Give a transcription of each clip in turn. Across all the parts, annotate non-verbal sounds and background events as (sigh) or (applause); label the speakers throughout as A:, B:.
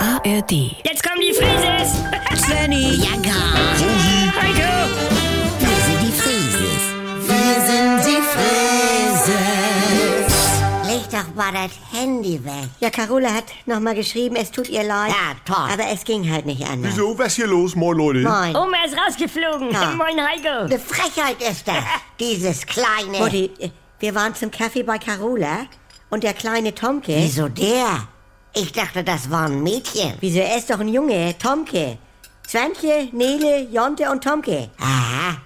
A: ARD.
B: Jetzt kommen die Frises!
C: Svenny, Jagger,
B: Heiko!
C: wir sind die Frieses. Wir sind die Frieses.
D: Leg doch mal das Handy weg.
E: Ja, Carola hat nochmal geschrieben, es tut ihr leid.
D: Ja, toll.
E: Aber es ging halt nicht anders.
F: So, was hier los, moin Leute?
E: Moin.
B: Oma ist rausgeflogen!
E: Ja.
B: Moin, Heiko!
D: Eine Frechheit ist
E: (laughs)
D: das. Dieses kleine.
E: Mutti, äh, wir waren zum Kaffee bei Carola und der kleine Tomke.
D: Wieso der? Ich dachte, das war ein Mädchen.
E: Wieso, er ist doch ein Junge, Tomke. Svantje, Nele, Jonte und Tomke.
D: Aha.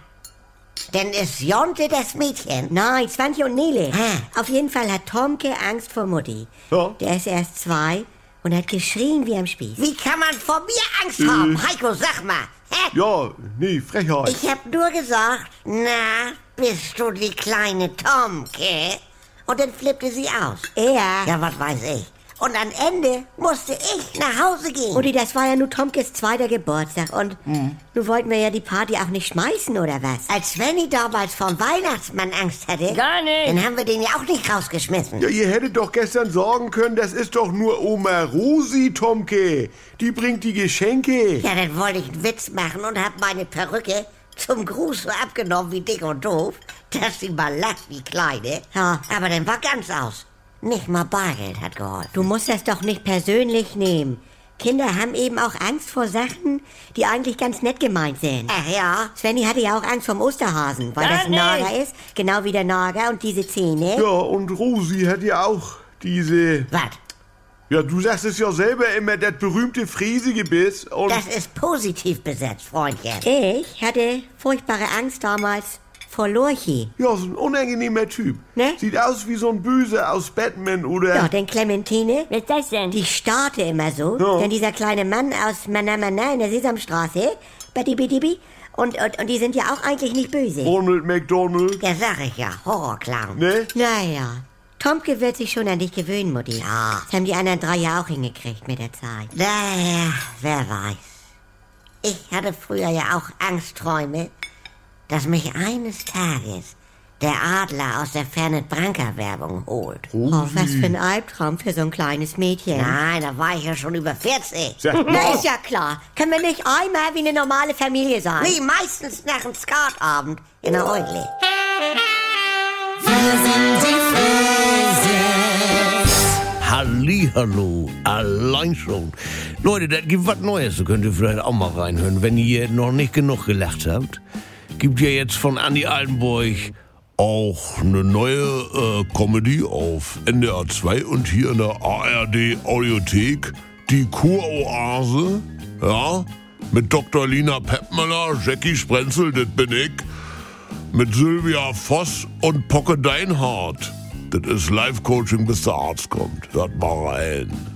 D: Denn ist Jonte das Mädchen?
E: Nein, Svantje und Nele.
D: Ah.
E: Auf jeden Fall hat Tomke Angst vor Mutti.
F: Ja.
E: Der ist erst zwei und hat geschrien wie am Spieß.
D: Wie kann man vor mir Angst haben? Heiko, sag mal. Hä?
F: Ja, nee, Frechheit.
D: Ich hab nur gesagt, na, bist du die kleine Tomke? Und dann flippte sie aus.
E: Er.
D: Ja, was weiß ich. Und am Ende musste ich nach Hause gehen. Hm.
E: Mutti, das war ja nur Tomkes zweiter Geburtstag und nun wollten wir ja die Party auch nicht schmeißen, oder was?
D: Als Svenny damals vom Weihnachtsmann Angst hatte,
B: Gar nicht!
D: dann haben wir den ja auch nicht rausgeschmissen.
F: Ja, ihr hättet doch gestern sorgen können, das ist doch nur Oma Rosi, Tomke. Die bringt die Geschenke.
D: Ja, dann wollte ich einen Witz machen und hab meine Perücke zum Gruß so abgenommen wie dick und doof, dass sie mal lacht, die Kleine.
E: Ja.
D: Aber dann war ganz aus. Nicht mal Bargeld hat geholfen.
E: Du musst das doch nicht persönlich nehmen. Kinder haben eben auch Angst vor Sachen, die eigentlich ganz nett gemeint sind.
D: Ach ja,
E: Svenny hatte ja auch Angst vom Osterhasen, weil
B: Gar
E: das ein Nager
B: nicht.
E: ist, genau wie der Nager und diese Zähne.
F: Ja, und Rosi hat ja auch diese...
D: was?
F: Ja, du sagst es ja selber immer, das berühmte friesige Biss. Und
D: Das ist positiv besetzt, Freundchen.
E: Ich hatte furchtbare Angst damals vor Lurchi.
F: ja, so ein unangenehmer Typ.
E: Ne?
F: Sieht aus wie so ein Böse aus Batman oder...
E: Ja, denn Clementine,
B: Was ist das denn?
E: die starrte immer so,
F: Ja.
E: denn dieser kleine Mann aus Manamana in der Sesamstraße, badibidibi, und, und, und die sind ja auch eigentlich nicht böse.
F: Ronald McDonald.
D: Ja, sag ich ja, Horrorclown.
F: Ne?
E: Naja, Tomke wird sich schon an dich gewöhnen, Mutti. Ja. Das haben die anderen drei ja auch hingekriegt mit der Zeit.
D: Naja, wer weiß. Ich hatte früher ja auch Angstträume, dass mich eines Tages der Adler aus der fernet branca werbung holt.
E: Oh, was für ein Albtraum für so ein kleines Mädchen.
D: Nein, da war ich ja schon über 40.
F: Sag
E: Na,
F: mal.
E: ist ja klar. Können wir nicht einmal wie eine normale Familie sein?
D: Nee, meistens nach einem Skatabend in der Eule.
G: Hallihallo, allein schon. Leute, das gibt was Neues, da könnt ihr vielleicht auch mal reinhören, wenn ihr noch nicht genug gelacht habt. Gibt ja jetzt von Andy Altenburg auch eine neue äh, Comedy auf NDR 2 und hier in der ARD Audiothek, die Kuroase, ja, mit Dr. Lina Peppmüller, Jackie Sprenzel, das bin ich mit Sylvia Voss und Pocke Deinhardt. Das ist Life-Coaching, bis der Arzt kommt. Hört mal rein.